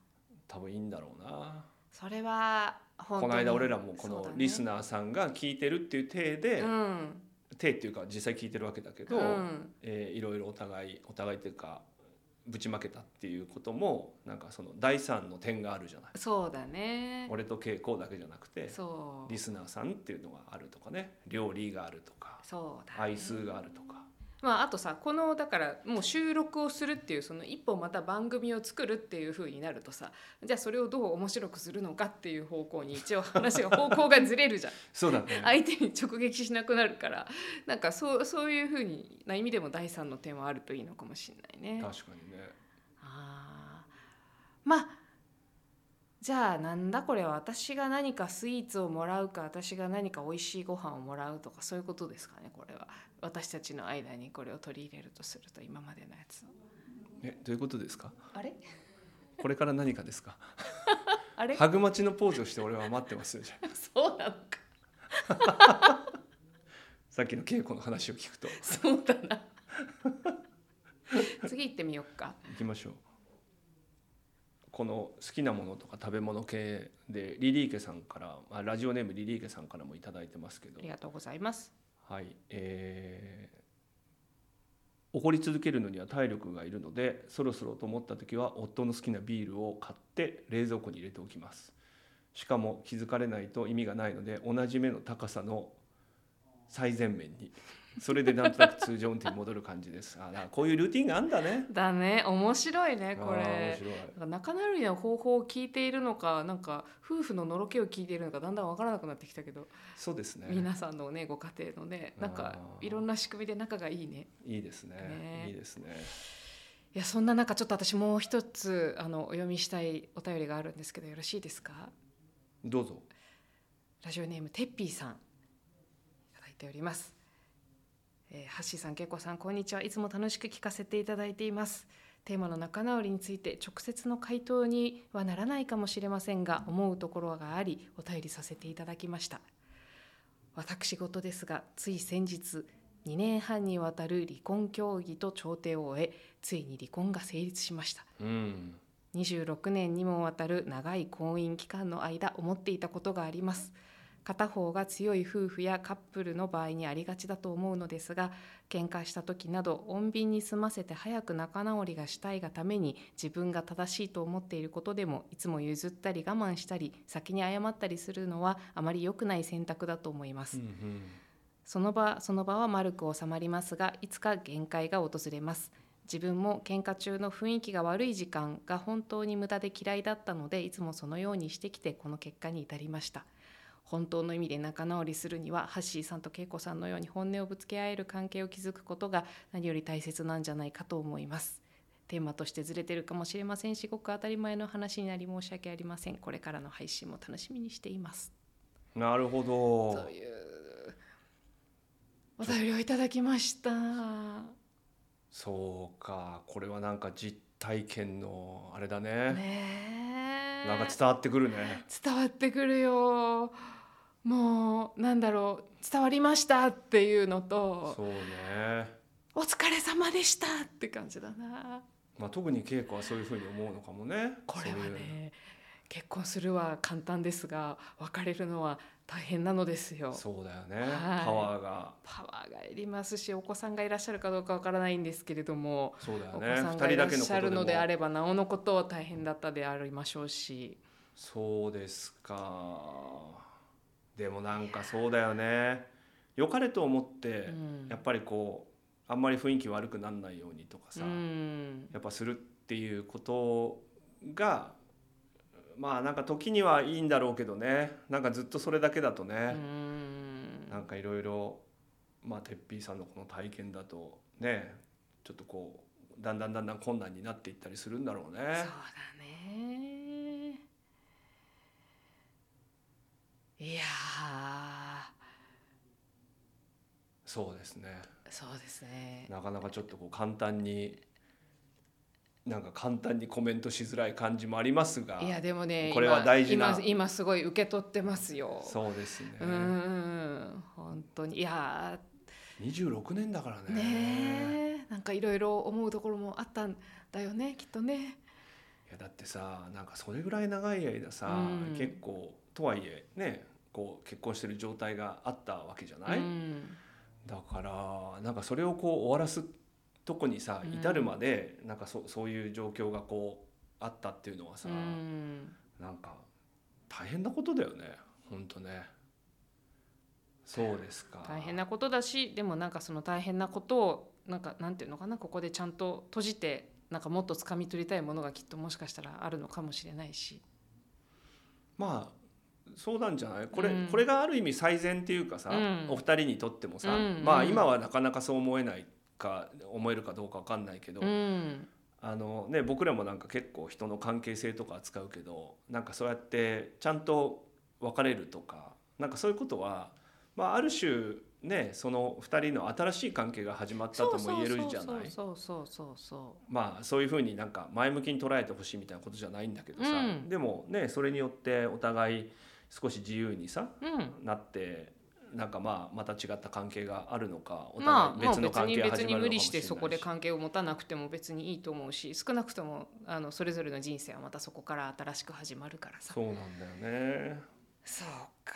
Speaker 1: 多分いいんだろうな
Speaker 3: それは本当
Speaker 1: こ
Speaker 3: に
Speaker 1: の間俺らもこ
Speaker 3: そう
Speaker 1: の
Speaker 3: だね
Speaker 1: リスナーさんが聞いてるっていう体で、
Speaker 3: うん
Speaker 1: 体っていうか実際聞いてるわけだけど、
Speaker 3: うん
Speaker 1: えーいろいろお互いお互いっていうかぶちまけたっていうこともなんかその第三の点があるじゃない
Speaker 3: そうだね
Speaker 1: 俺と稽古だけじゃなくて
Speaker 3: そう
Speaker 1: リスナーさんっていうのがあるとかね料理があるとか
Speaker 3: そうだね
Speaker 1: 愛数があるとか、
Speaker 3: まあ、あとさこのだからもう収録をするっていうその一歩また番組を作るっていう風になるとさじゃあそれをどう面白くするのかっていう方向に一応話が方向がずれ るじゃん
Speaker 1: そうだね
Speaker 3: 相手に直撃しなくなるからなんかそうそういう風にな意味でも第三の点はあるといいのかもしれないね。
Speaker 1: 確かにね
Speaker 3: あーまあじゃあなんだこれは私が何かスイーツをもらうか私が何か美味しいご飯をもらうとかそういうことですかねこれは私たちの間にこれを取り入れるとすると今までのやつを
Speaker 1: えどういうことですか
Speaker 3: あれ
Speaker 1: これから何かですか
Speaker 3: あれ
Speaker 1: ハグマチのポーズをして俺は待ってますよじゃあ
Speaker 3: そうなのか
Speaker 1: さっきの稽古の話を聞くと
Speaker 3: そうだな次行ってみようか
Speaker 1: 行きましょうこの好きなものとか食べ物系でリリーケさんから、まあ、ラジオネームリリーケさんからも頂いただいてますけど
Speaker 3: ありがとうございます
Speaker 1: はい、えー怒り続けるのには体力がいるのでそろそろと思った時は夫の好きなビールを買って冷蔵庫に入れておきますしかも気づかれないと意味がないので同じ目の高さの最前面にそれでなんとなく通常運転に戻る感じですあらこういうルーティンがあんだね
Speaker 3: だね面白い
Speaker 1: あ
Speaker 3: ね
Speaker 1: ー
Speaker 3: こ
Speaker 1: 面
Speaker 3: れ
Speaker 1: 白い
Speaker 3: なんか仲直りの方法を聞いているのかなんか夫婦ののろけを聞いているのかだんだんわからなくなってきたけど
Speaker 1: そうですね
Speaker 3: 皆さんのねご家庭のねなんか
Speaker 1: あー
Speaker 3: いろんな仕組みで仲がいいね
Speaker 1: いいですね
Speaker 3: ね
Speaker 1: いいですね
Speaker 3: いやそんな中ちょっと私もう一つあのお読みしたいお便りがあるんですけどよろしいですか
Speaker 1: どうぞ
Speaker 3: ラジオネームてっぴーさんいただいております、えー、ハッシーさんけいこさんこんにちはいつも楽しく聞かせていただいていますテーマの仲直りについて直接の回答にはならないかもしれませんが思うところがありお便りさせていただきました私事ですがつい先日2年半にわたる離婚協議と調停を終えついに離婚が成立しました
Speaker 1: うん
Speaker 3: 26年にもわたる長い婚姻期間の間思っていたことがあります片方が強い夫婦やカップルの場合にありがちだと思うのですが喧嘩した時など穏便に済ませて早く仲直りがしたいがために自分が正しいと思っていることでもいつも譲ったり我慢したり先に謝ったりするのはあまり良くない選択だと思います
Speaker 1: うんう、ん
Speaker 3: その場その場は丸く収まりますがいつか限界が訪れます自分も喧嘩中の雰囲気が悪い時間が本当に無駄で嫌いだったのでいつもそのようにしてきてこの結果に至りました本当の意味で仲直りするにはハッシーさんと恵子さんのように本音をぶつけ合える関係を築くことが何より大切なんじゃないかと思いますテーマとしてずれてるかもしれませんしごく当たり前の話になり申し訳ありませんこれからの配信も楽しみにしています
Speaker 1: なるほど
Speaker 3: というお便りをいただきました。
Speaker 1: そうかこれはなんか実体験のあれだね
Speaker 3: ねえ。
Speaker 1: なんか伝わってくるね
Speaker 3: 伝わってくるよ。もうなんだろう伝わりましたっていうのと
Speaker 1: そうね、
Speaker 3: お疲れ様でしたって感じだな。
Speaker 1: まあ、特に稽古はそういうふうに思うのかもね
Speaker 3: これは
Speaker 1: そういう
Speaker 3: ね結婚するは簡単ですが別れるのは大変なのですよ。
Speaker 1: そうだよね、
Speaker 3: はい
Speaker 1: パワーが
Speaker 3: パワーがいりますしお子さんがいらっしゃるかどうかわからないんですけれども。
Speaker 1: そうだよ
Speaker 3: お子
Speaker 1: ね
Speaker 3: さんが
Speaker 1: 二
Speaker 3: い
Speaker 1: 人
Speaker 3: ら
Speaker 1: だ
Speaker 3: っ
Speaker 1: けのこ
Speaker 3: しゃる
Speaker 1: と
Speaker 3: の
Speaker 1: で
Speaker 3: で
Speaker 1: も
Speaker 3: あればなおのことは大変だったでありましょうし
Speaker 1: そうですかでもなんかそうだよね良かれと思って、
Speaker 3: うん
Speaker 1: やっぱりこうあんまり雰囲気悪くならないようにとかさ、
Speaker 3: うん
Speaker 1: やっぱするっていうことがまあなんか時にはいいんだろうけどねなんかずっとそれだけだと
Speaker 3: う
Speaker 1: ね、
Speaker 3: ん
Speaker 1: なんかいろいろまあてっぴーさんのこの体験だとねちょっとこうだんだんだんだん困難になっていったりするんだろう
Speaker 3: そうだ
Speaker 1: ね。
Speaker 3: ねいや
Speaker 1: そうですね
Speaker 3: ーそうですね
Speaker 1: なかなかちょっとこう簡単になんか簡単にコメントしづらい感じもありますが
Speaker 3: いやでもね
Speaker 1: これは
Speaker 3: 今
Speaker 1: 大事な
Speaker 3: 今今すごい受け取ってますよ
Speaker 1: そうですね、
Speaker 3: うん本当にいや
Speaker 1: 26年だから
Speaker 3: ーねーなんかいろいろ思うところもあったんだよねきっとね
Speaker 1: いやだってさなんかそれぐらい長い間さ、
Speaker 3: うん
Speaker 1: 結構とはいえねこう結婚してる状態があったわけじゃない、
Speaker 3: うん
Speaker 1: だからなんかそれをこう終わらすとこにさ
Speaker 3: うん
Speaker 1: 至るまで、なんかそそういう状況がこうあったっていうのはさ、
Speaker 3: うん
Speaker 1: なんか大変なことだよねほんとね。そうですか
Speaker 3: 大変なことだしでもなんかその大変なことをなんかなんていうのかなここでちゃんと閉じてなんかもっと掴み取りたいものがきっともしかしたらあるのかもしれないし。
Speaker 1: まあそうなんじゃないこれ,、
Speaker 3: うん
Speaker 1: これがある意味最善っていうかさ、
Speaker 3: うん
Speaker 1: お二人にとってもさ、
Speaker 3: うん
Speaker 1: まあ
Speaker 3: うん
Speaker 1: 今はなかなかそう思えないか思えるかどうかわかんないけど、
Speaker 3: うん
Speaker 1: あのね、僕らもなんか結構人の関係性とか扱うけどなんかそうやってちゃんと別れるとかなんかそういうことは、まあ、ある種ねその2人の新しい関係が始まったとも言えるじゃない
Speaker 3: そうそうそうそうそ
Speaker 1: まあそういうふうになんか前向きに捉えてほしいみたいなことじゃないんだけどさ、
Speaker 3: うん
Speaker 1: でもねそれによってお互い少し自由にさ
Speaker 3: うそう。うん
Speaker 1: なってなんかまあまた違った関係があるのかお互い
Speaker 3: まあ、も
Speaker 1: 別
Speaker 3: う
Speaker 1: の
Speaker 3: 別
Speaker 1: 関
Speaker 3: に
Speaker 1: 係が
Speaker 3: 別
Speaker 1: 始
Speaker 3: に
Speaker 1: まるのかも
Speaker 3: 無理
Speaker 1: しれ
Speaker 3: し
Speaker 1: な
Speaker 3: て
Speaker 1: いし
Speaker 3: そこで関係を持たなくても別にいいと思うし少なくともあのそれぞれの人生はまたそこから新しく始まるからさ
Speaker 1: そうなんだよね。
Speaker 3: そうか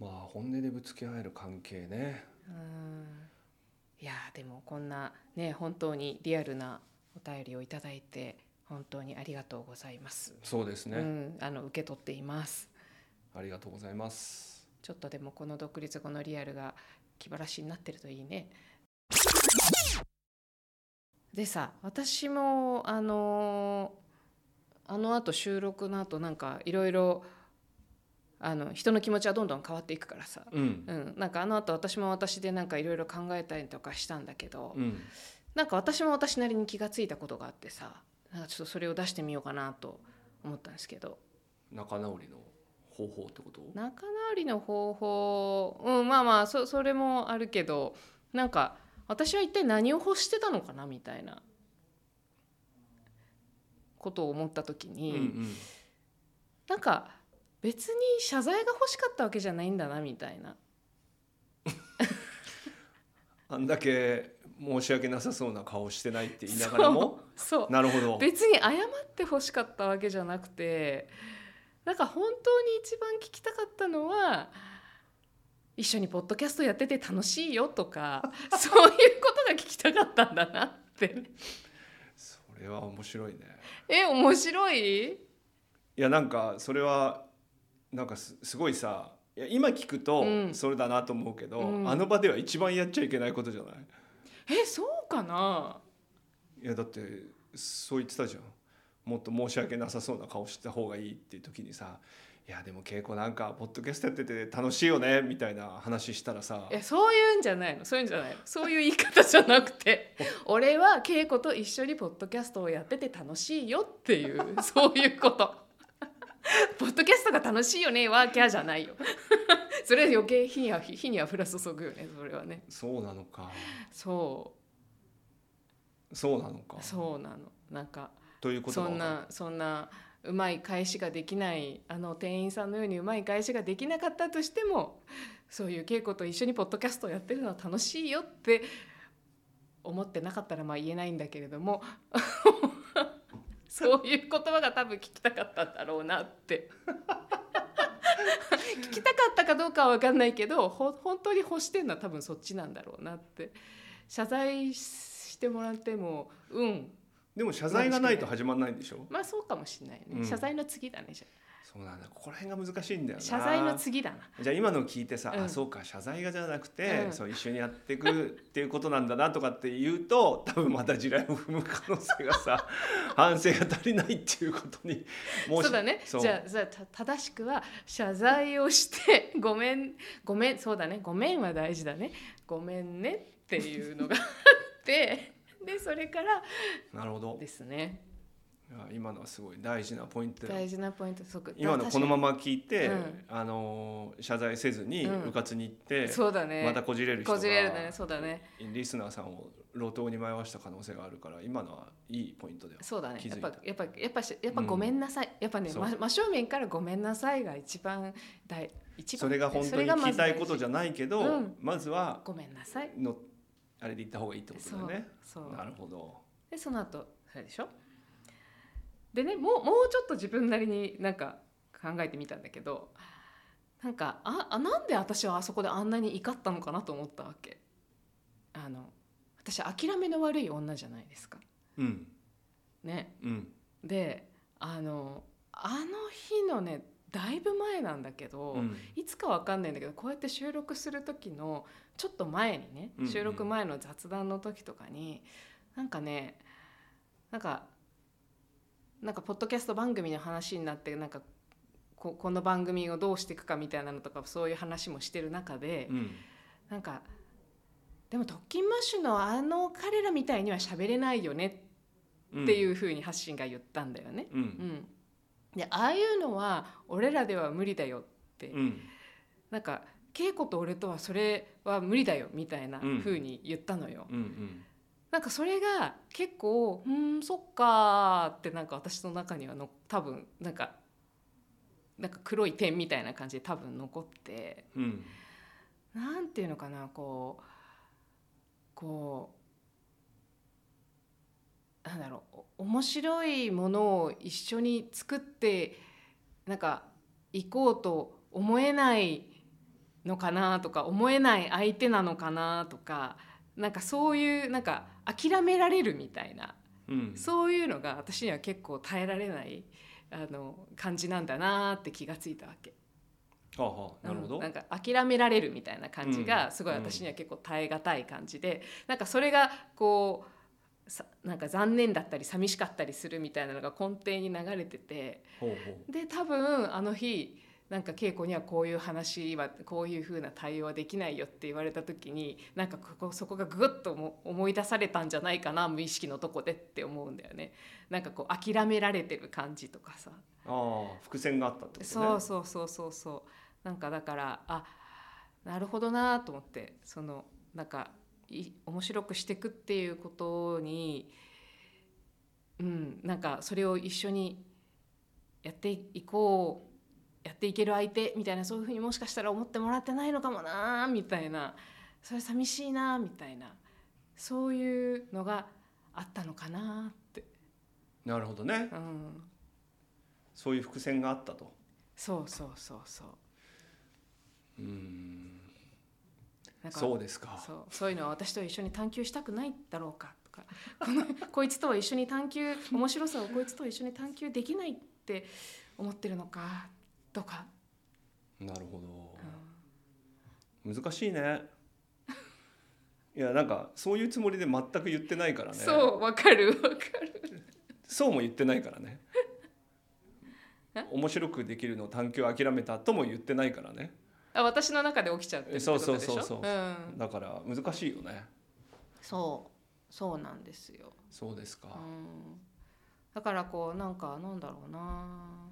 Speaker 1: まあ本音でぶつけ合える関係ね。
Speaker 3: うんいやーでもこんなね本当にリアルなお便りをいただいて本当にありがとうございます、
Speaker 1: そうですね。
Speaker 3: うん、あの受け取っています
Speaker 1: ありがとうございます。
Speaker 3: ちょっとでもこの独立後のリアルが気晴らしになってるといいね。でさ私もあのーあのあと収録の後なんかいろいろあの人の気持ちはどんどん変わっていくからさ、
Speaker 1: うん
Speaker 3: う。ん、なんかあのあと私も私でなんかいろいろ考えたりとかしたんだけど、
Speaker 1: うん。
Speaker 3: なんか私も私なりに気がついたことがあってさなんかちょっとそれを出してみようかなと思ったんですけど
Speaker 1: 仲直りの方法ってこと？
Speaker 3: 仲直りの方法うんまあまあそそれもあるけどなんか私は一体何を欲してたのかなみたいなことを思った時
Speaker 1: う
Speaker 3: に、
Speaker 1: ん
Speaker 3: なんか別に謝罪が欲しかったわけじゃないんだなみたいな
Speaker 1: あんだけ申し訳なさそうな顔してないって言いながらも、
Speaker 3: そう
Speaker 1: なるほど。
Speaker 3: 別に謝って欲しかったわけじゃなくてなんか本当に一番聞きたかったのは一緒にポッドキャストやってて楽しいよとかそういうことが聞きたかったんだなって
Speaker 1: それは面白いね。
Speaker 3: え面白い
Speaker 1: いやなんかそれはなんかすすごいさ。いや今聞くと
Speaker 3: うん
Speaker 1: それだなと思うけど、
Speaker 3: うん
Speaker 1: あの場では一番やっちゃいけないことじゃない
Speaker 3: えそうかない
Speaker 1: やだってそう言ってたじゃんもっと申し訳なさそうな顔した方がいいっていう時にさ「いやでも稽古なんかポッドキャストやってて楽しいよね」みたいな話したらさ
Speaker 3: いやそういうんじゃないのそういうんじゃないのそういう言い方じゃなくて俺は恵子と一緒にポッドキャストをやってて楽しいよっていうそういうことポッドキャストが楽しいよねワーキャーじゃないよそれは余計火には火には油注ぐよねそれはね
Speaker 1: そうなのか
Speaker 3: そ
Speaker 1: そうなのか
Speaker 3: うそうなのなんか
Speaker 1: ということ
Speaker 3: そ
Speaker 1: が
Speaker 3: ん
Speaker 1: 分か
Speaker 3: なそんなうまい返しができないあの店員さんのようにうまい返しができなかったとしてもそういう稽古と一緒にポッドキャストをやってるのは楽しいよって思ってなかったらまあ言えないんだけれ どもそういう言葉が多分聞きたかったんだろうなって。聞きたかったかどうかは分かんないけどほ本当に欲してるのは多分そっちなんだろうなって謝罪してもらってもうん
Speaker 1: るでも謝罪がないと始まんないんでしょ
Speaker 3: まあそうかもしれないね、
Speaker 1: うん
Speaker 3: 謝罪の次だねじゃ
Speaker 1: そうなんだここら辺が難しいんだよ
Speaker 3: あ
Speaker 1: な
Speaker 3: 謝罪の次だな
Speaker 1: じゃあ今の聞いてさ、
Speaker 3: うん
Speaker 1: あそうか謝罪がじゃなくて、
Speaker 3: うん
Speaker 1: そう一緒にやっていくっていうことなんだなとかって言うと多分また地雷を踏む可能性が さ反省が足りないっていうことに申し
Speaker 3: そうだね
Speaker 1: そう
Speaker 3: じゃあじゃあた正しくは謝罪をして 「ごめんごめんそうだねごめん」は大事だね「ごめんね」っていうのがあって でそれから
Speaker 1: なるほど
Speaker 3: ですね
Speaker 1: いや今のはすごい大事なポイントだよ
Speaker 3: 大事なポイントそうか
Speaker 1: 今のこのま
Speaker 3: ま
Speaker 1: ま聞いて、
Speaker 3: うん
Speaker 1: あのー謝罪せずに
Speaker 3: うん
Speaker 1: うかつに行って、
Speaker 3: そうだね
Speaker 1: またこじれる人が
Speaker 3: こじれるねそうだね
Speaker 1: リスナーさんを路頭に迷わした可能性があるから今のはいいポイントだよ
Speaker 3: そうだね
Speaker 1: 気づ
Speaker 3: やっ
Speaker 1: いた
Speaker 3: ぱやっぱやっぱしやっぱ
Speaker 1: うん
Speaker 3: ごめんなさい、やっぱね、
Speaker 1: そう
Speaker 3: ま、真正面から「ごめんなさい」が一番大一
Speaker 1: そ
Speaker 3: 番
Speaker 1: れが本当に聞きたいことじゃないけど
Speaker 3: それ
Speaker 1: ま
Speaker 3: が
Speaker 1: ず,、
Speaker 3: まず
Speaker 1: は
Speaker 3: ごめんなさい
Speaker 1: のあれで行った方がいいってことだよね
Speaker 3: そうそう
Speaker 1: なるほど
Speaker 3: でその後あれでしょでねもうもうちょっと自分なりになんか考えてみたんだけどなんかああなんで私はあそこであんなに怒ったのかなと思ったわけあの私諦めの悪い女じゃないですか
Speaker 1: うん
Speaker 3: ね
Speaker 1: うん
Speaker 3: であのあの日のねだいぶ前なんだけど、
Speaker 1: うん
Speaker 3: いつかわかんないんだけどこうやって収録する時のちょっと前にね
Speaker 1: うんうん
Speaker 3: 収録前の雑談の時とかに、なんかねなんかなんかポッドキャスト番組の話になってなんかここの番組をどうしていくかみたいなのとかそういう話もしてる中で、
Speaker 1: うん
Speaker 3: なんかでも「特勤マッシュ」のあの彼らみたいには喋れないよね
Speaker 1: うん
Speaker 3: っていうふうに発信が言ったんだよね。
Speaker 1: う
Speaker 3: うんん、でああいうのは俺らでは無理だよって
Speaker 1: うん
Speaker 3: なんか稽古と俺とはそれは無理だよみたいな
Speaker 1: うん
Speaker 3: 風に言ったのよ、
Speaker 1: うんうん
Speaker 3: なんかそれが結構「うーんそっか」ってなんか私の中にはの多分なんかなんか黒い点みたいな感じで多分残って
Speaker 1: うん
Speaker 3: なんていうのかなこうこうなんだろうお面白いものを一緒に作ってなんか行こうと思えないのかなとか思えない相手なのかなとかなんかそういうなんか諦められるみたいな
Speaker 1: うん
Speaker 3: そういうのが私には結構耐えられないあの感じなんだなって気がついたわけ。
Speaker 1: はあはあなるほど
Speaker 3: うんなんか諦められるみたいな感じ
Speaker 1: うん
Speaker 3: がすごい私には結構耐え難い感じで、なんかそれがこうさなんか残念だったり寂しかったりするみたいなのが根底に流れてて
Speaker 1: ほうほ
Speaker 3: で多分あの日なんか稽古にはこういう話はこういうふうな対応はできないよって言われた時になんかここそこがぐっとも思い出されたんじゃないかな無意識のとこでって思うんだよねなんかこう諦められてる感じとかさ
Speaker 1: うああ伏線があったってことね
Speaker 3: そうそうそうそうそうなんかだからあなるほどなと思ってそのなんかい面白くしていくっていうことにうんなんかそれを一緒にやっていこうやっていける相手みたいなそういうふうにもしかしたら思ってもらってないのかもなみたいなそれ寂しいなみたいなそういうのがあったのかなって、
Speaker 1: なるほどね
Speaker 3: うん、
Speaker 1: そういう伏線があったと
Speaker 3: そうそうそうそう
Speaker 1: うん
Speaker 3: なんか
Speaker 1: そうですか
Speaker 3: そうそういうのは私と一緒に探求したくないだろうかとか このこいつとは一緒に探求面白さをこいつと一緒に探求できないって思ってるのかとか、
Speaker 1: なるほど
Speaker 3: うん
Speaker 1: 難しいねいやなんかそういうつもりで全く言ってないからね
Speaker 3: そうわかるわかる
Speaker 1: そうも言ってないからね面白くできるのを探求を諦めたとも言ってないからね
Speaker 3: あ私の中で起きちゃってるってことでしょ
Speaker 1: そうそうそうそう
Speaker 3: うん、
Speaker 1: だから難しいよね
Speaker 3: そうそうなんですよ、
Speaker 1: そうですか
Speaker 3: う、ん、だからこうなんかなんだろうな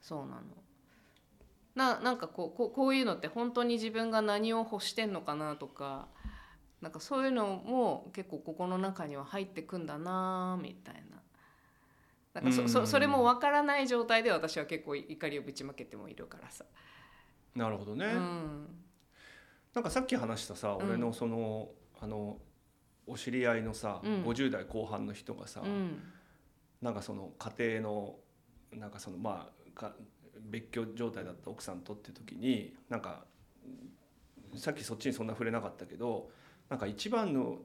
Speaker 3: そうなのななんかこうこうこういうのって本当に自分が何を欲してんのかなとかなんかそういうのも結構ここの中には入ってくんだなみたいな。なんか
Speaker 1: う
Speaker 3: そ
Speaker 1: ん
Speaker 3: そそれもわからない状態で私は結構怒りをぶちまけてもいるからさ。
Speaker 1: なるほどね、
Speaker 3: うん
Speaker 1: なんかさっき話したさ
Speaker 3: うん
Speaker 1: 俺のその、あのお知り合いのさ、
Speaker 3: うん
Speaker 1: 50代後半の人がさ、
Speaker 3: うん
Speaker 1: なんかその家庭のなんかそのまあか別居状態だった奥さんとっていう時になんかさっきそっちにそんな触れなかったけどなんか一番の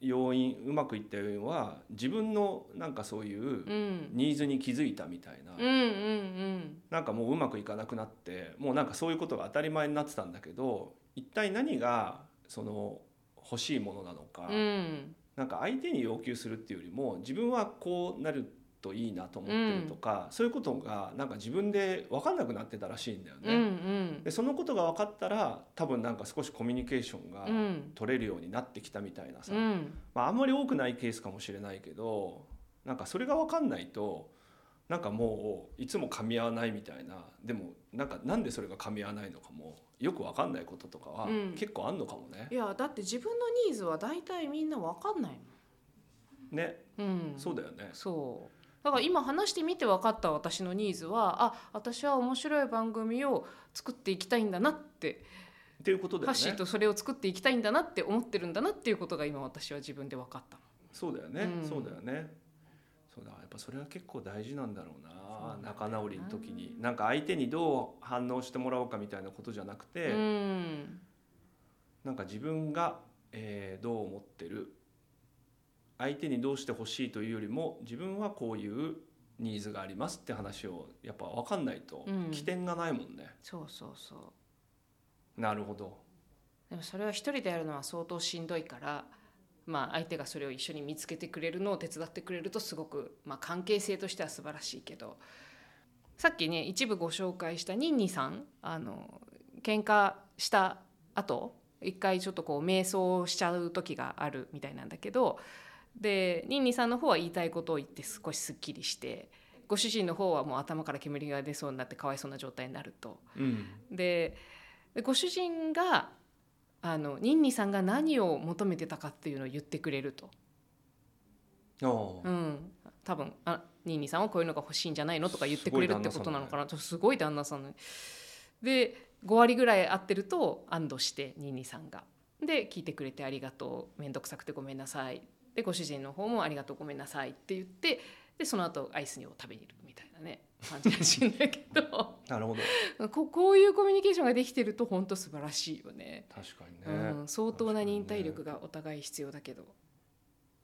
Speaker 1: 要因うまくいった要因は自分のなんかそういう
Speaker 3: うん
Speaker 1: ニーズに気づいたみたいな、
Speaker 3: うんうん
Speaker 1: なんかもううまくいかなくなってもうなんかそういうことが当たり前になってたんだけど一体何がその欲しいものなのか、
Speaker 3: うんうん
Speaker 1: なんか相手に要求するっていうよりも自分はこうなるといいなと思ってるとか、そういうことがなんか自分で分かんなくなってたらしいんだよ
Speaker 3: うんう
Speaker 1: ね。
Speaker 3: ん
Speaker 1: でそのことが分かったら多分なんか少しコミュニケーションが
Speaker 3: うん
Speaker 1: 取れるようになってきたみたいなさ、
Speaker 3: うん
Speaker 1: まあ、あんまり多くないケースかもしれないけどなんかそれが分かんないとなんかもういつも噛み合わないみたいなでもなんかなんでそれが噛み合わないのかもよく分かんないこととかは
Speaker 3: うん
Speaker 1: 結構あんのかもね。
Speaker 3: いやだって自分のニーズは大体みんなわかんない
Speaker 1: ね、
Speaker 3: もん、うん、
Speaker 1: そうだよね。
Speaker 3: そうだから今話してみて分かった私のニーズはあ私は面白い番組を作っていきたいんだなって、
Speaker 1: っていうことだよね。
Speaker 3: ハッシーとそれを作っていきたいんだなって思ってるんだなっていうことが今私は自分で分かった
Speaker 1: そうだよね、
Speaker 3: うん
Speaker 1: そうだよねそうだやっぱそれは結構大事なんだろうな
Speaker 3: そうなんだよな
Speaker 1: 仲直りの時になんか相手にどう反応してもらおうかみたいなことじゃなくて、
Speaker 3: うん
Speaker 1: なんか自分が、えーどう思ってる相手にどうしてほしいというよりも自分はこういうニーズがありますって話をやっぱ分かんないと
Speaker 3: うん
Speaker 1: 起点がないもんね、
Speaker 3: そうそうそう
Speaker 1: なるほど
Speaker 3: でもそれは一人でやるのは相当しんどいから、まあ、相手がそれを一緒に見つけてくれるのを手伝ってくれるとすごく、まあ、関係性としては素晴らしいけどさっきね一部ご紹介したニンニさんあの喧嘩した後一回ちょっとこう瞑想しちゃう時があるみたいなんだけどでニンニさんの方は言いたいことを言って少しすっきりしてご主人の方はもう頭から煙が出そうになってかわいそうな状態になると。
Speaker 1: うん
Speaker 3: ででご主人があのニンニさんが何を求めてたかっていうのを言ってくれると、
Speaker 1: お
Speaker 3: う
Speaker 1: ー
Speaker 3: ん、多分あニンニさんはこういうのが欲しいんじゃないのとか言ってくれるってことなのかなとすごい旦那さん,、で5割ぐらい合ってると安堵してニンニさんが。で聞いてくれてありがとう面倒くさくてごめんなさいでご主人の方もありがとうごめんなさいって言ってでその後アイスにを食べに行くみたいなね感じらしいんだけど
Speaker 1: なるほど
Speaker 3: ここういうコミュニケーションができてると本当素晴らしいよね。
Speaker 1: 確かにね、
Speaker 3: うん、相当な忍耐力がお互い必要だけど、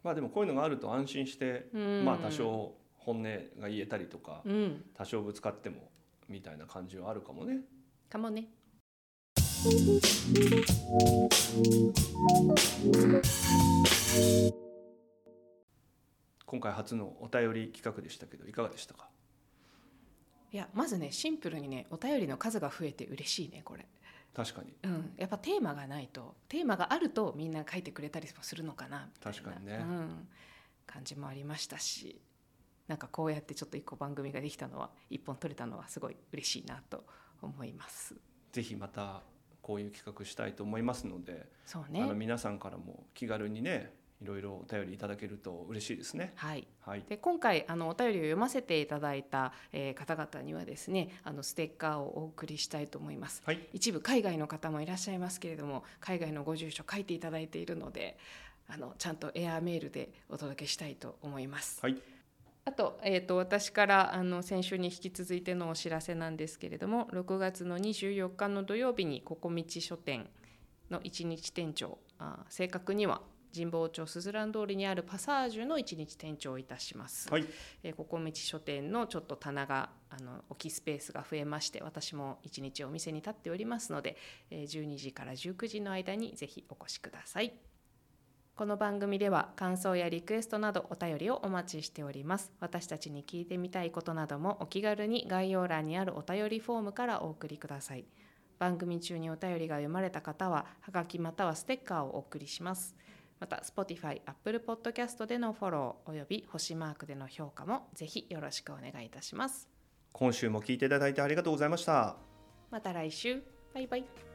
Speaker 1: まあでもこういうのがあると安心して、
Speaker 3: うん
Speaker 1: まあ多少本音が言えたりとか、
Speaker 3: うん
Speaker 1: 多少ぶつかってもみたいな感じはあるかもね
Speaker 3: かもね
Speaker 1: 今回初のお便り企画でしたけどいかがでしたか
Speaker 3: いやまずねシンプルにねお便りの数が増えて嬉しいねこれ、
Speaker 1: 確かに
Speaker 3: うん、やっぱテーマがないとテーマがあるとみんな書いてくれたりもするのかなみたいな
Speaker 1: 確かにね
Speaker 3: うん、感じもありましたしなんかこうやってちょっと一個番組ができたのは一本取れたのはすごい嬉しいなと思います
Speaker 1: ぜひまたこういう企画したいと思いますので、
Speaker 3: そう
Speaker 1: あの
Speaker 3: ね
Speaker 1: 皆さんからも気軽にねいろいろお便りいただけると嬉しいですね
Speaker 3: はい
Speaker 1: はい
Speaker 3: で今回あのお便りを読ませていただいた、えー方々にはですねあのステッカーをお送りしたいと思います
Speaker 1: はい
Speaker 3: 一部海外の方もいらっしゃいますけれども海外のご住所書いていただいているのであのちゃんとエアーメールでお届けしたいと思います。
Speaker 1: はい
Speaker 3: あと,、えー、と私からあの先週に引き続いてのお知らせなんですけれども6月の24日の土曜日にここみち書店の一日店長あー正確には神保町すずらん通りにあるパサージュの一日店長をいたします。
Speaker 1: はい
Speaker 3: えー、ここ道書店のちょっと棚があの置きスペースが増えまして私も一日お店に立っておりますので、えー、12時から19時の間にぜひお越しくださいこの番組では感想やリクエストなどお便りをお待ちしております私たちに聞いてみたいことなどもお気軽に概要欄にあるお便りフォームからお送りください番組中にお便りが読まれた方ははがきまたはステッカーをお送りしますまた Spotify、Apple Podcast でのフォローおよび星マークでの評価もぜひよろしくお願いいたします。
Speaker 1: 今週も聞いていただいてありがとうございました
Speaker 3: また来週。バイバイ。